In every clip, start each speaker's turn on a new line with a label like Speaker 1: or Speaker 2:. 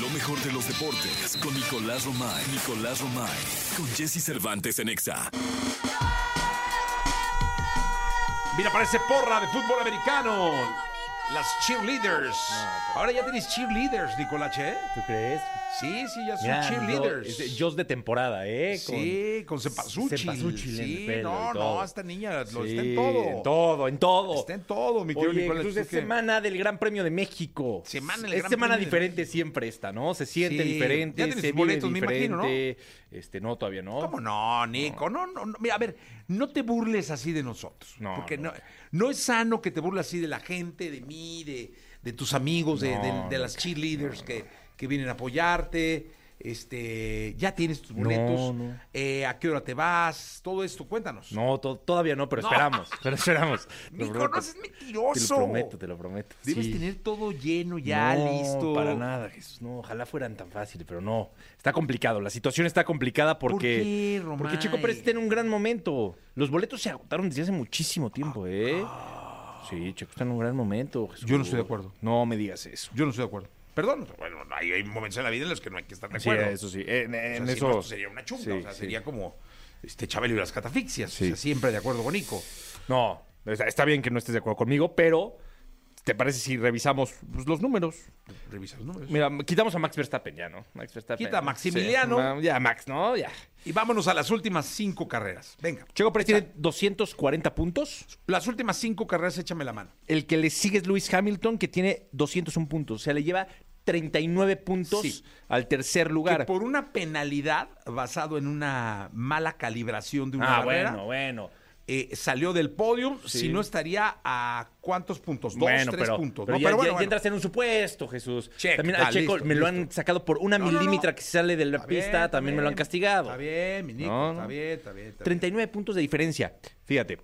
Speaker 1: Lo mejor de los deportes con Nicolás Romay. Nicolás Romay. Con Jesse Cervantes en Exa.
Speaker 2: Mira, parece porra de fútbol americano. Las cheerleaders. Ahora ya tenéis cheerleaders, Nicolache. ¿eh?
Speaker 3: ¿Tú crees?
Speaker 2: Sí, sí, ya son
Speaker 3: Mira,
Speaker 2: cheerleaders.
Speaker 3: yo- es- Jos de temporada, ¿eh?
Speaker 2: sí, con Cepasuchil.
Speaker 3: Cepasuchil en
Speaker 2: Sí,
Speaker 3: el pelo
Speaker 2: no,
Speaker 3: y todo.
Speaker 2: no, esta niña
Speaker 3: Con...
Speaker 2: lo
Speaker 3: Sí,
Speaker 2: está en todo.
Speaker 3: En todo, en todo.
Speaker 2: Está en todo, mi querido
Speaker 3: Oye,
Speaker 2: Nicolás.
Speaker 3: Cruz, es
Speaker 2: ¿tú qué?
Speaker 3: semana del Gran Premio de México.
Speaker 2: Semana del
Speaker 3: Es
Speaker 2: Gran
Speaker 3: semana
Speaker 2: Premio de
Speaker 3: diferente siempre esta, ¿no? Se siente
Speaker 2: Sí, ya
Speaker 3: diferente,
Speaker 2: tienes
Speaker 3: se vive
Speaker 2: boletos, me
Speaker 3: diferente.
Speaker 2: imagino, ¿no?
Speaker 3: Este, no, todavía no.
Speaker 2: ¿Cómo no, Nico? No, no, no. Mira, a ver, no te burles así de nosotros.
Speaker 3: No,
Speaker 2: porque no.
Speaker 3: no.
Speaker 2: no es sano que te burles así de la gente, de mí, de, de tus amigos, de,
Speaker 3: No,
Speaker 2: de- de
Speaker 3: no,
Speaker 2: las cheerleaders que, que vienen a apoyarte. Este, ya tienes tus
Speaker 3: No,
Speaker 2: boletos.
Speaker 3: no.
Speaker 2: eh, ¿A qué hora te vas? Todo esto, cuéntanos.
Speaker 3: No, to- todavía no, pero
Speaker 2: No.
Speaker 3: esperamos. Pero esperamos. Te lo
Speaker 2: Nico,
Speaker 3: prometo.
Speaker 2: no seas
Speaker 3: Te
Speaker 2: mentiroso.
Speaker 3: lo prometo, te lo prometo.
Speaker 2: Debes
Speaker 3: sí.
Speaker 2: tener todo lleno ya,
Speaker 3: No,
Speaker 2: listo.
Speaker 3: Para nada, Jesús. No, ojalá fueran tan fáciles, pero no. Está complicado. La situación está complicada porque.
Speaker 2: qué, Romay?
Speaker 3: Porque Chico Pérez está en un gran momento. Los boletos se agotaron desde hace muchísimo
Speaker 2: Ah,
Speaker 3: tiempo, ¿eh? Sí, Chico está en un gran momento. Jesús.
Speaker 2: Yo no estoy de acuerdo.
Speaker 3: No me digas eso.
Speaker 2: Yo no estoy de acuerdo. Perdón, bueno, hay, hay momentos en la vida en los que no hay que estar de
Speaker 3: Sí,
Speaker 2: acuerdo.
Speaker 3: eso sí. En,
Speaker 2: O
Speaker 3: en
Speaker 2: sea, si no,
Speaker 3: eso.
Speaker 2: esto sería una chunga,
Speaker 3: Sí,
Speaker 2: o sea,
Speaker 3: sí.
Speaker 2: sería como este Chabelo y las catafixias, o
Speaker 3: Sí.
Speaker 2: sea, siempre de acuerdo con Nico.
Speaker 3: No, está, está bien que no estés de acuerdo conmigo, pero. ¿Te parece si revisamos pues, los números?
Speaker 2: Revisa los números.
Speaker 3: Mira, quitamos a Max Verstappen ya, ¿no? Max Verstappen.
Speaker 2: Quita a
Speaker 3: Sí.
Speaker 2: Maximiliano.
Speaker 3: Ya, Max, ¿no? Ya.
Speaker 2: Y vámonos a las últimas cinco carreras. Venga,
Speaker 3: Checo Pérez tiene 240 puntos.
Speaker 2: las últimas cinco carreras, échame la mano.
Speaker 3: El que le sigue es Lewis Hamilton, que tiene 201 puntos. O sea, le lleva 39 puntos
Speaker 2: Sí.
Speaker 3: al tercer
Speaker 2: Que
Speaker 3: lugar.
Speaker 2: por una penalidad basado en una mala calibración de una
Speaker 3: Ah,
Speaker 2: carrera,
Speaker 3: bueno, bueno.
Speaker 2: eh, salió del podio,
Speaker 3: Sí.
Speaker 2: si no estaría a cuántos puntos, dos,
Speaker 3: bueno,
Speaker 2: tres
Speaker 3: pero,
Speaker 2: puntos.
Speaker 3: pero
Speaker 2: ¿no?
Speaker 3: ya,
Speaker 2: Pero
Speaker 3: ya-
Speaker 2: bueno,
Speaker 3: ya
Speaker 2: bueno.
Speaker 3: entras en un supuesto, Jesús.
Speaker 2: Checo,
Speaker 3: también
Speaker 2: ah,
Speaker 3: a Checo
Speaker 2: listo,
Speaker 3: me lo
Speaker 2: listo.
Speaker 3: han sacado por una
Speaker 2: No, no,
Speaker 3: milímetra
Speaker 2: no.
Speaker 3: que sale de la
Speaker 2: Está bien,
Speaker 3: pista,
Speaker 2: está
Speaker 3: también me lo han
Speaker 2: bien,
Speaker 3: castigado.
Speaker 2: Está bien, mi Nico,
Speaker 3: No,
Speaker 2: está
Speaker 3: no.
Speaker 2: bien, está bien. está bien.
Speaker 3: 39 puntos de diferencia. Fíjate,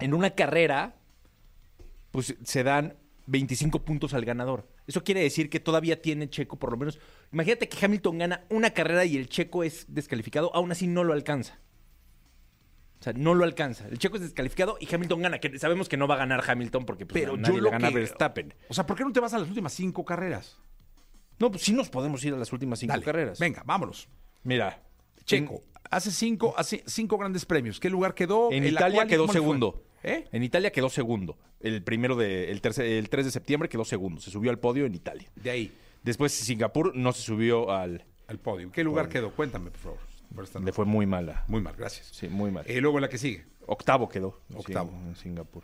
Speaker 3: en una carrera, pues se dan 25 puntos al ganador. Eso quiere decir que todavía tiene Checo, por lo menos. Imagínate que Hamilton gana una carrera y el Checo es descalificado, aún así no lo alcanza. O sea, no lo alcanza. El Checo es descalificado y Hamilton gana, que sabemos que no va a ganar Hamilton porque pues,
Speaker 2: Pero
Speaker 3: a
Speaker 2: yo
Speaker 3: nadie
Speaker 2: lo
Speaker 3: le gana
Speaker 2: que-
Speaker 3: Verstappen.
Speaker 2: O sea, ¿por qué no te vas a las últimas cinco carreras?
Speaker 3: No, pues sí nos podemos ir a las últimas cinco
Speaker 2: Dale,
Speaker 3: carreras.
Speaker 2: Venga, vámonos.
Speaker 3: Mira,
Speaker 2: Checo, hace cinco, hace cinco grandes premios. ¿Qué lugar quedó?
Speaker 3: En
Speaker 2: ¿La
Speaker 3: Italia
Speaker 2: quali?
Speaker 3: quedó
Speaker 2: ¿Cómo le fue?
Speaker 3: segundo.
Speaker 2: ¿Eh?
Speaker 3: En Italia quedó segundo. El primero de, el, terce- el 3 de septiembre quedó segundo. Se subió al podio en Italia.
Speaker 2: De ahí,
Speaker 3: Después Singapur no se subió al.
Speaker 2: al podio. ¿Qué lugar quedó? Cuéntame, por favor. Por esta
Speaker 3: Le
Speaker 2: noche.
Speaker 3: fue muy mala.
Speaker 2: Muy mal, gracias.
Speaker 3: Sí, muy mal.
Speaker 2: Eh, luego la que sigue.
Speaker 3: Octavo quedó. en
Speaker 2: Octavo.
Speaker 3: Sing- En Singapur.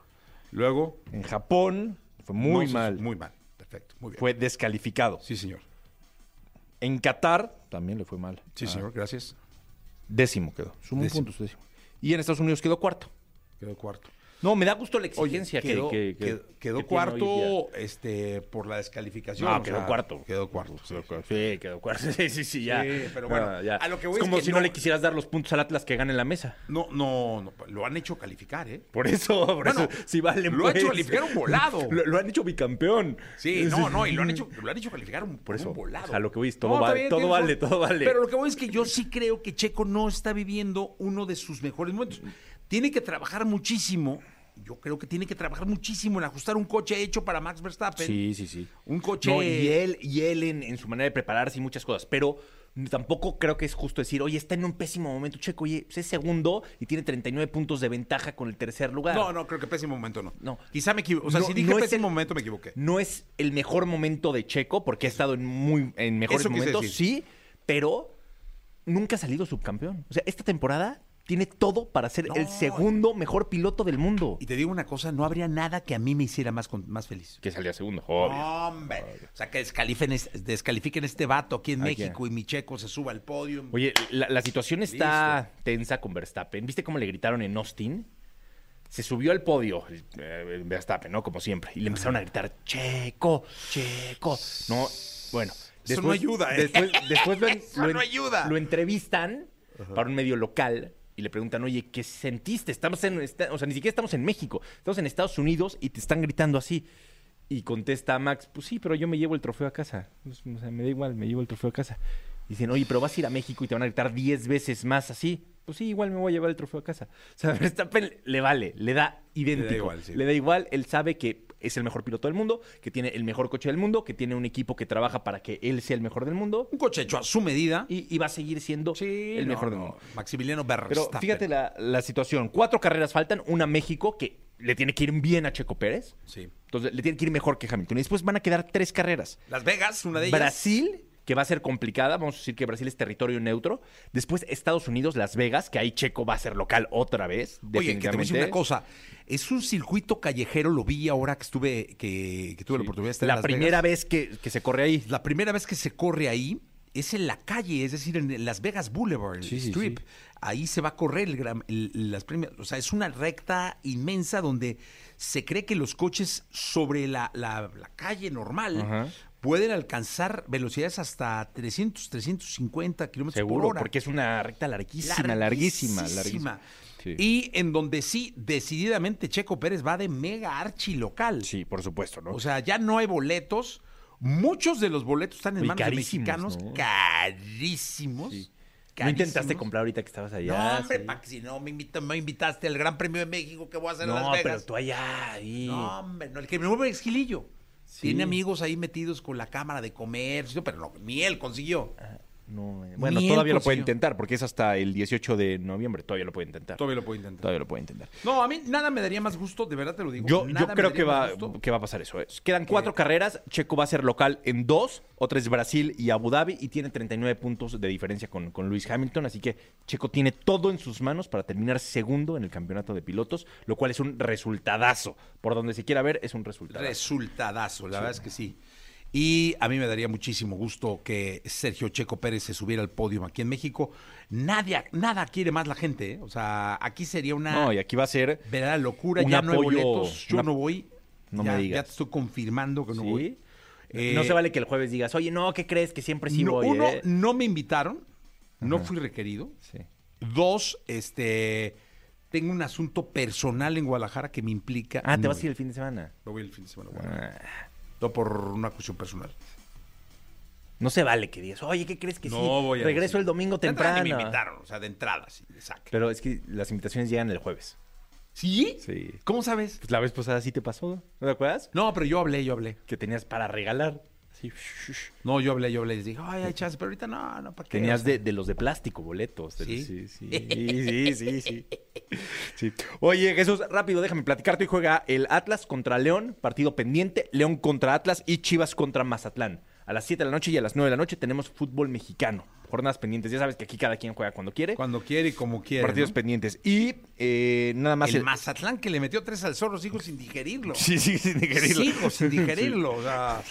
Speaker 2: Luego.
Speaker 3: En Japón fue muy
Speaker 2: no sé,
Speaker 3: mal.
Speaker 2: Muy mal. Perfecto. Muy bien.
Speaker 3: Fue descalificado.
Speaker 2: Sí, señor.
Speaker 3: En Qatar también le fue mal.
Speaker 2: Sí,
Speaker 3: Ah,
Speaker 2: señor. Gracias.
Speaker 3: Décimo quedó. Sumó un
Speaker 2: Décimo.
Speaker 3: punto, su décimo. Y en Estados Unidos quedó cuarto.
Speaker 2: Quedó cuarto.
Speaker 3: No, me da gusto la
Speaker 2: Oye,
Speaker 3: exigencia que-
Speaker 2: quedó,
Speaker 3: que, que-
Speaker 2: qued- quedó
Speaker 3: que tiene hoy
Speaker 2: cuarto
Speaker 3: día.
Speaker 2: este, por la descalificación.
Speaker 3: No,
Speaker 2: o
Speaker 3: quedó
Speaker 2: sea,
Speaker 3: cuarto.
Speaker 2: Quedó cuarto. sí.
Speaker 3: Sí, quedó cuarto. Sí, sí, sí, ya.
Speaker 2: Sí, pero bueno,
Speaker 3: Ah, ya.
Speaker 2: a lo que voy
Speaker 3: es
Speaker 2: es
Speaker 3: como
Speaker 2: que
Speaker 3: si no...
Speaker 2: no-
Speaker 3: le quisieras dar los puntos al Atlas que gane en la mesa.
Speaker 2: No, no, no. Lo han hecho calificar, ¿eh?
Speaker 3: Por eso, por
Speaker 2: Bueno,
Speaker 3: eso, si valen
Speaker 2: lo ha hecho
Speaker 3: pues.
Speaker 2: calificar un volado.
Speaker 3: Lo, lo han hecho bicampeón.
Speaker 2: Sí, no, no, y lo han hecho, lo han hecho calificar un, por
Speaker 3: eso,
Speaker 2: un volado.
Speaker 3: o sea, lo que voy es, todo
Speaker 2: está
Speaker 3: vale, todo
Speaker 2: tienes
Speaker 3: vale,
Speaker 2: razón.
Speaker 3: todo vale.
Speaker 2: Pero lo que voy es que yo sí creo que Checo no está viviendo uno de sus mejores momentos. Tiene que trabajar muchísimo. Yo creo que tiene que trabajar muchísimo en ajustar un coche hecho para Max Verstappen.
Speaker 3: Sí, sí, sí.
Speaker 2: Un coche.
Speaker 3: No, y él, y él en, en su manera de prepararse y muchas cosas, pero tampoco creo que es justo decir, oye, está en un pésimo momento, Checo, oye, pues es segundo y tiene 39 puntos de ventaja con el tercer lugar.
Speaker 2: No, no, creo que pésimo momento no.
Speaker 3: No.
Speaker 2: Quizá me equivoqué. O sea,
Speaker 3: No,
Speaker 2: si dije
Speaker 3: no es
Speaker 2: pésimo
Speaker 3: el-
Speaker 2: momento, me equivoqué.
Speaker 3: No es el mejor momento de Checo, porque ha estado en muy en mejores
Speaker 2: Eso quise
Speaker 3: momentos,
Speaker 2: decir.
Speaker 3: sí, pero nunca ha salido subcampeón. O sea, esta temporada tiene todo para ser
Speaker 2: No.
Speaker 3: el segundo mejor piloto del mundo.
Speaker 2: Y te digo una cosa, no habría nada que a mí me hiciera más, con- más feliz.
Speaker 3: Que salía segundo,
Speaker 2: Hombre, o sea, que descalifiquen, es- descalifiquen este vato aquí en
Speaker 3: ¿A quién?
Speaker 2: México y mi checo se suba al podio.
Speaker 3: Oye, la, la situación está tensa con Verstappen. ¿Viste cómo le gritaron en Austin? Se subió al podio eh, Verstappen, ¿no? Como siempre. Y le empezaron a gritar, Checo, Checo. No, bueno.
Speaker 2: Eso no ayuda, ¿eh?
Speaker 3: Después, después lo, en-
Speaker 2: Eso
Speaker 3: lo en-
Speaker 2: no ayuda.
Speaker 3: lo entrevistan para un medio local y le preguntan, oye, ¿qué sentiste? Estamos en, esta- o sea, ni siquiera estamos en México. Estamos en Estados Unidos y te están gritando así. Y contesta Max, pues sí, pero yo me llevo el trofeo a casa. Pues, o sea, me da igual, me llevo el trofeo a casa. Dicen, oye, pero vas a ir a México y te van a gritar 10 veces más así. Pues sí, igual me voy a llevar el trofeo a casa. O sea, a Verstappen le vale, le da idéntico. Le da
Speaker 2: igual,
Speaker 3: igual,
Speaker 2: sí.
Speaker 3: él sabe que es el mejor piloto del mundo, que tiene el mejor coche del mundo, que tiene un equipo que trabaja para que él sea el mejor del mundo
Speaker 2: Un coche hecho a su medida.
Speaker 3: y, y va a seguir siendo el
Speaker 2: no,
Speaker 3: mejor del
Speaker 2: no.
Speaker 3: mundo.
Speaker 2: Maximiliano
Speaker 3: Pero
Speaker 2: Verstappen.
Speaker 3: fíjate la, la situación. Cuatro carreras faltan, una México que le tiene que ir bien a Checo Pérez.
Speaker 2: Sí.
Speaker 3: Entonces le tiene que ir mejor que Hamilton. Y después van a quedar tres carreras.
Speaker 2: Las Vegas, una de ellas.
Speaker 3: Brasil, que va a ser complicada, vamos a decir que Brasil es territorio neutro. Después Estados Unidos, Las Vegas, que ahí Checo va a ser local otra vez.
Speaker 2: Oye, que te voy a decir
Speaker 3: definitivamente.
Speaker 2: una cosa. Es un circuito callejero, lo vi ahora que estuve, que, que tuve la oportunidad de estar en
Speaker 3: La
Speaker 2: Las
Speaker 3: primera vez
Speaker 2: Vegas.
Speaker 3: que, que se corre ahí.
Speaker 2: La primera vez que se corre ahí es en la calle, es decir, en Las Vegas Boulevard, el
Speaker 3: Sí, sí,
Speaker 2: Strip.
Speaker 3: sí.
Speaker 2: Ahí se va a correr el, gran- el- las primeras. O sea, es una recta inmensa donde se cree que los coches sobre la, la- la calle normal
Speaker 3: Ajá.
Speaker 2: pueden alcanzar velocidades hasta 300, 350 kilómetros por
Speaker 3: Seguro,
Speaker 2: hora.
Speaker 3: porque es una recta larguísima, larguísima, larguísima. Sí.
Speaker 2: Y en donde sí, decididamente Checo Pérez va de mega archi local.
Speaker 3: Sí, por supuesto, ¿no?
Speaker 2: O sea, ya no hay boletos. Muchos de los boletos están en
Speaker 3: Y
Speaker 2: manos
Speaker 3: carísimos,
Speaker 2: de mexicanos.
Speaker 3: ¿no?
Speaker 2: Carísimos.
Speaker 3: ¿No intentaste
Speaker 2: carísimos.
Speaker 3: comprar ahorita que estabas
Speaker 2: No,
Speaker 3: allá?
Speaker 2: hombre,
Speaker 3: Sí.
Speaker 2: pa' que si no me, invita- me invitaste al Gran Premio de México que voy a hacer en
Speaker 3: No,
Speaker 2: Las Vegas.
Speaker 3: pero tú allá, ahí.
Speaker 2: No, hombre, no, el que me mueve es Gilillo. Tiene amigos ahí metidos con la Cámara de Comercio, pero no, ni él consiguió.
Speaker 3: No, eh. bueno,
Speaker 2: Ni él
Speaker 3: todavía lo puede
Speaker 2: consiguió.
Speaker 3: intentar, porque es hasta el 18 de noviembre. Todavía lo puede intentar. Todavía,
Speaker 2: lo puedo intentar.
Speaker 3: lo puede intentar.
Speaker 2: No, a mí nada me daría más gusto, de verdad te lo digo.
Speaker 3: Yo, yo
Speaker 2: nada me
Speaker 3: creo
Speaker 2: daría
Speaker 3: que va,
Speaker 2: más gusto.
Speaker 3: que va a pasar eso. eh. Quedan cuatro carreras. Checo va a ser local en dos. Otra es Brasil y Abu Dhabi. Y tiene 39 puntos de diferencia con, con Lewis Hamilton. Así que Checo tiene todo en sus manos para terminar segundo en el campeonato de pilotos. Lo cual es un resultadazo. Por donde se quiera ver, es un resultadazo.
Speaker 2: Resultadazo, la verdad es que sí. Y a mí me daría muchísimo gusto que Sergio Checo Pérez se subiera al podio aquí en México. Nadie, nada quiere más la gente, ¿eh? o sea, aquí sería una
Speaker 3: no, y aquí va a ser...
Speaker 2: verdadera locura,
Speaker 3: un
Speaker 2: ya no hay
Speaker 3: apoyo,
Speaker 2: boletos, yo
Speaker 3: una-
Speaker 2: no voy.
Speaker 3: No
Speaker 2: Ya-
Speaker 3: me digas.
Speaker 2: Ya te estoy confirmando que no
Speaker 3: ¿Sí?
Speaker 2: voy. Eh,
Speaker 3: no se vale que el jueves digas, oye, no, ¿qué crees? Que siempre sí
Speaker 2: no,
Speaker 3: voy,
Speaker 2: uno,
Speaker 3: eh".
Speaker 2: no me invitaron, no fui requerido.
Speaker 3: Sí.
Speaker 2: Dos, este, tengo un asunto personal en Guadalajara que me implica.
Speaker 3: Ah, te
Speaker 2: no
Speaker 3: vas a ir el Ah. fin de semana.
Speaker 2: No voy el fin de semana. a Guadalajara. No por una cuestión personal.
Speaker 3: No se vale que digas, oye, ¿qué crees que sí?
Speaker 2: No voy a
Speaker 3: Regreso
Speaker 2: decir.
Speaker 3: el domingo
Speaker 2: De entrada
Speaker 3: temprano.
Speaker 2: ni me invitaron, o sea, de entrada, sí, de saque.
Speaker 3: Pero es que las invitaciones llegan el jueves.
Speaker 2: ¿Sí?
Speaker 3: Sí.
Speaker 2: ¿Cómo sabes?
Speaker 3: Pues la vez pasada sí te pasó, ¿no te acuerdas?
Speaker 2: No, pero yo hablé, yo hablé.
Speaker 3: Que tenías para regalar.
Speaker 2: No, yo hablé, yo hablé. Les dije, ay, hay chance, pero ahorita no, no, ¿para qué?
Speaker 3: Tenías de, de los de plástico, boletos. de-
Speaker 2: Sí.
Speaker 3: sí, sí, sí, sí, sí. Sí. Oye, Jesús, rápido, déjame platicarte. Hoy juega el Atlas contra León, partido pendiente. León contra Atlas y Chivas contra Mazatlán. A las 7 de la noche y a las 9 de la noche tenemos fútbol mexicano. Jornadas pendientes. Ya sabes que aquí cada quien juega cuando quiere.
Speaker 2: Cuando quiere y como quiere.
Speaker 3: partidos
Speaker 2: ¿no?
Speaker 3: pendientes. Y eh, nada más.
Speaker 2: El Mazatlán que le metió tres al zorro, sigo sin digerirlo.
Speaker 3: Sí, sí, sin digerirlo.
Speaker 2: Sigo sin digerirlo. O sea,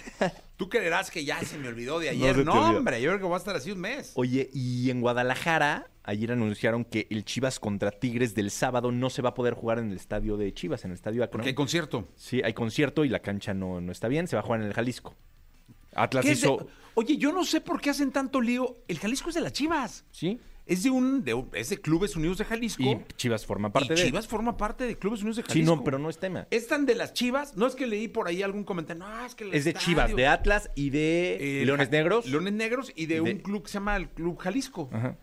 Speaker 2: tú creerás que ya se me olvidó de ayer.
Speaker 3: se te
Speaker 2: No,
Speaker 3: olvidó.
Speaker 2: hombre, yo creo que voy a estar así un mes.
Speaker 3: Oye, y en Guadalajara, ayer anunciaron que el Chivas contra Tigres del sábado no se va a poder jugar en el estadio de Chivas, en el estadio Akron.
Speaker 2: Porque hay concierto.
Speaker 3: Sí, hay concierto y la cancha no, no está bien, se va a jugar en el Jalisco. Atlas
Speaker 2: ¿Qué es de-
Speaker 3: hizo.
Speaker 2: Oye, yo no sé por qué hacen tanto lío. El Jalisco es de las Chivas.
Speaker 3: Sí.
Speaker 2: Es de un, de un- es de Clubes Unidos de Jalisco.
Speaker 3: Y Chivas forma parte
Speaker 2: y
Speaker 3: de.
Speaker 2: Chivas forma parte de Clubes Unidos de
Speaker 3: Sí,
Speaker 2: Jalisco.
Speaker 3: no, pero no es tema.
Speaker 2: ¿Es tan de las Chivas? No es que leí por ahí algún comentario. No, es que el
Speaker 3: Es de
Speaker 2: estadio-
Speaker 3: Chivas, de Atlas y de
Speaker 2: Eh,
Speaker 3: Leones
Speaker 2: Ja-
Speaker 3: Negros.
Speaker 2: Leones Negros y de,
Speaker 3: De-
Speaker 2: un club que se llama el Club Jalisco.
Speaker 3: Ajá.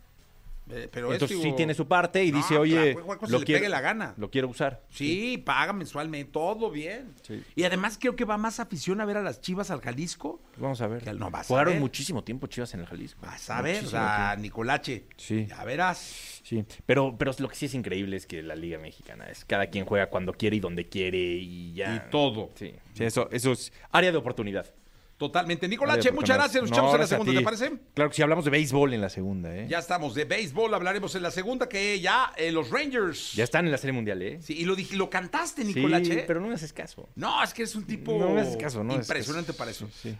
Speaker 2: Eh, pero
Speaker 3: Entonces
Speaker 2: es,
Speaker 3: sí
Speaker 2: digo,
Speaker 3: tiene su parte y
Speaker 2: No,
Speaker 3: dice,
Speaker 2: claro,
Speaker 3: oye,
Speaker 2: juega cuando se
Speaker 3: lo
Speaker 2: le
Speaker 3: quiero,
Speaker 2: pegue la gana.
Speaker 3: lo quiero usar.
Speaker 2: Sí, paga mensualmente, todo bien.
Speaker 3: Sí.
Speaker 2: Y además creo que va más afición a ver a las Chivas al Jalisco.
Speaker 3: Vamos a ver.
Speaker 2: No, vas a
Speaker 3: Jugaron
Speaker 2: ver.
Speaker 3: muchísimo tiempo Chivas en el Jalisco.
Speaker 2: Vas a ver, o
Speaker 3: Muchísimo
Speaker 2: sea,
Speaker 3: tiempo.
Speaker 2: Nicolache.
Speaker 3: Sí.
Speaker 2: Ya verás.
Speaker 3: Sí, pero, pero lo que sí es increíble es que la Liga Mexicana es cada quien juega cuando quiere y donde quiere y ya.
Speaker 2: Y todo.
Speaker 3: Sí, sí, eso, eso es área de oportunidad.
Speaker 2: Totalmente.
Speaker 3: Área
Speaker 2: Nicolache,
Speaker 3: de
Speaker 2: muchas
Speaker 3: oportunidad.
Speaker 2: gracias. Nos
Speaker 3: No,
Speaker 2: echamos en la
Speaker 3: gracias a
Speaker 2: segunda,
Speaker 3: ti.
Speaker 2: ¿te parece?
Speaker 3: Claro que sí, hablamos de béisbol en la segunda, ¿eh?
Speaker 2: Ya estamos de béisbol, hablaremos en la segunda, que ya eh, los Rangers.
Speaker 3: Ya están en la Serie Mundial, ¿eh?
Speaker 2: Sí, y lo, dije, lo cantaste,
Speaker 3: Sí,
Speaker 2: Nicolache.
Speaker 3: pero no me haces caso.
Speaker 2: No, es que es un tipo
Speaker 3: No me haces caso, no me haces
Speaker 2: impresionante
Speaker 3: caso.
Speaker 2: para eso.
Speaker 3: Sí, sí.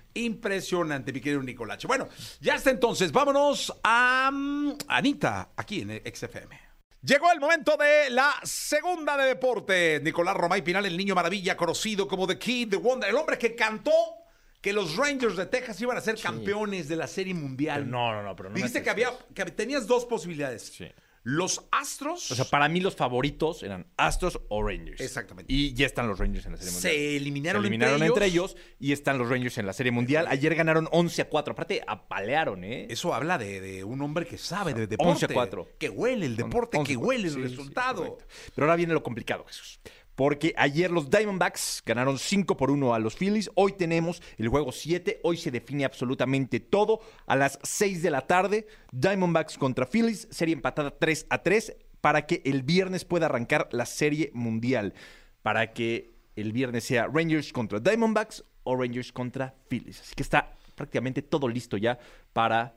Speaker 2: Impresionante, mi querido Nicolache. Bueno, ya está entonces. Vámonos a mm, Anita, aquí en el XFM. Llegó el momento de la segunda de deportes. Nicolás Romay Pinal, el niño maravilla, conocido como The Kid, The Wonder, el hombre que cantó que los Rangers de Texas iban a ser campeones de la Serie Mundial.
Speaker 3: No, no, no, pero no me
Speaker 2: Dijiste
Speaker 3: haces
Speaker 2: que había,
Speaker 3: caso.
Speaker 2: que tenías dos posibilidades.
Speaker 3: Sí.
Speaker 2: Los Astros
Speaker 3: O sea, para mí los favoritos eran Astros o Rangers.
Speaker 2: Exactamente.
Speaker 3: Y ya están los Rangers en la Serie Mundial.
Speaker 2: se eliminaron,
Speaker 3: Se eliminaron entre, ellos. y están los Rangers en la Serie Mundial. Ayer ganaron 11 a 4. Aparte, apalearon, ¿eh?
Speaker 2: Eso habla de, de un hombre que sabe de
Speaker 3: 11
Speaker 2: deporte.
Speaker 3: a 4.
Speaker 2: Que huele el deporte, que huele el resultado.
Speaker 3: Pero ahora viene lo complicado, Jesús. Porque ayer los Diamondbacks ganaron 5 por 1 a los Phillies. Hoy tenemos el juego 7. Hoy se define absolutamente todo. A las 6 de la tarde, Diamondbacks contra Phillies. Serie empatada 3 a 3 para que el viernes pueda arrancar la serie mundial. Para que el viernes sea Rangers contra Diamondbacks o Rangers contra Phillies. Así que está prácticamente todo listo ya para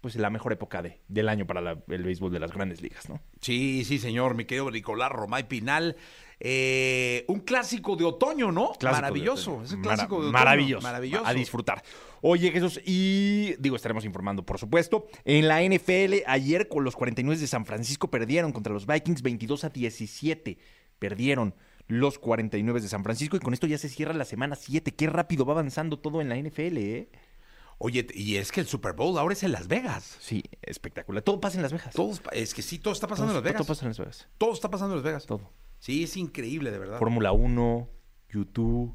Speaker 3: pues la mejor época de- del año para la- el béisbol de las grandes ligas, ¿no?
Speaker 2: Sí, sí, señor, mi querido Nicolás Romay Pinal. Eh, un clásico de otoño, ¿no?
Speaker 3: Clásico de
Speaker 2: maravilloso.
Speaker 3: otoño.
Speaker 2: Es un
Speaker 3: Mara-
Speaker 2: clásico de otoño.
Speaker 3: Maravilloso.
Speaker 2: Maravilloso.
Speaker 3: A disfrutar. Oye, Jesús, y digo, estaremos informando, por supuesto. En la NFL, ayer con los 49 de San Francisco perdieron contra los Vikings 22 a 17. Perdieron los 49 de San Francisco y con esto ya se cierra la semana 7. Qué rápido va avanzando todo en la NFL, ¿eh?
Speaker 2: Oye, y es que el Super Bowl ahora es en Las Vegas.
Speaker 3: Sí, espectacular. Todo pasa en Las Vejas.
Speaker 2: Todos, pa- es que sí, todo está pasando
Speaker 3: Todo-
Speaker 2: en Las Vegas.
Speaker 3: Todo pasa en Las Vegas.
Speaker 2: Todo está pasando en Las Vegas.
Speaker 3: Todo.
Speaker 2: Sí, es increíble, de verdad.
Speaker 3: Fórmula 1, YouTube.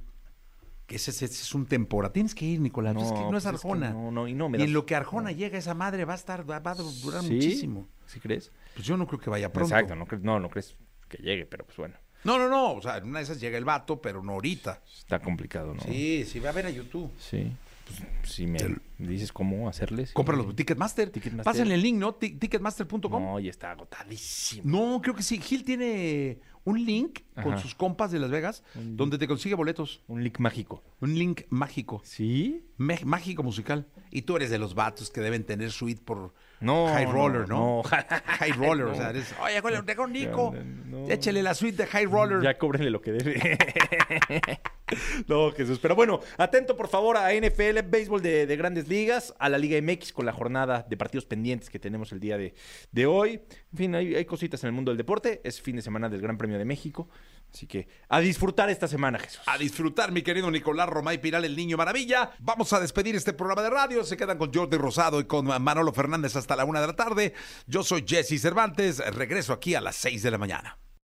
Speaker 2: Que ese, ese- ese es un temporada. Tienes que ir, Nicolás. No, es que no es
Speaker 3: pues que
Speaker 2: Arjona.
Speaker 3: no, no, y no me
Speaker 2: Y
Speaker 3: das-
Speaker 2: en lo que Arjona llega, esa madre va a estar, va va a durar
Speaker 3: Sí,
Speaker 2: muchísimo.
Speaker 3: ¿Sí crees?
Speaker 2: Pues yo no creo que vaya pronto.
Speaker 3: Exacto, no, cre- no, no crees que llegue, pero pues bueno,
Speaker 2: No, no, no. O sea, en una de esas llega el vato, pero no ahorita.
Speaker 3: está complicado, ¿no?
Speaker 2: Sí, sí, va a ver a YouTube.
Speaker 3: Sí. Pues, si me dices cómo hacerles.
Speaker 2: Compra los Ticketmaster.
Speaker 3: Ticketmaster.
Speaker 2: Pásenle el link, ¿no? Ti- Ticketmaster.com. No.
Speaker 3: No, y está agotadísimo.
Speaker 2: creo que sí. Gil tiene un link con
Speaker 3: Ajá.
Speaker 2: sus compas de Las Vegas donde te consigue boletos.
Speaker 3: Un link mágico.
Speaker 2: Un link mágico.
Speaker 3: ¿Sí?
Speaker 2: Mé- Mágico musical. Y tú eres de los vatos que deben tener suite por
Speaker 3: No,
Speaker 2: High Roller, ¿no?
Speaker 3: no.
Speaker 2: High Roller. O sea,
Speaker 3: No.
Speaker 2: eres, oye, con tengo un Nico.
Speaker 3: No, no.
Speaker 2: Échale la suite de High Roller.
Speaker 3: Ya cóbrenle lo que debe. no, Jesús. Pero bueno, atento por favor a NFL, béisbol de, de grandes ligas, a la Liga MX con la jornada de partidos pendientes que tenemos el día de, de hoy. En fin, hay, hay cositas en el mundo del deporte. Es fin de semana del Gran Premio de México. Así que a disfrutar esta semana, Jesús.
Speaker 2: A disfrutar, mi querido Nicolás Romay Piral, el niño maravilla. Vamos a despedir este programa de radio. Se quedan con Jordi Rosado y con Manolo Fernández hasta la una de la tarde. Yo soy Jesse Cervantes. Regreso aquí a las seis de la mañana.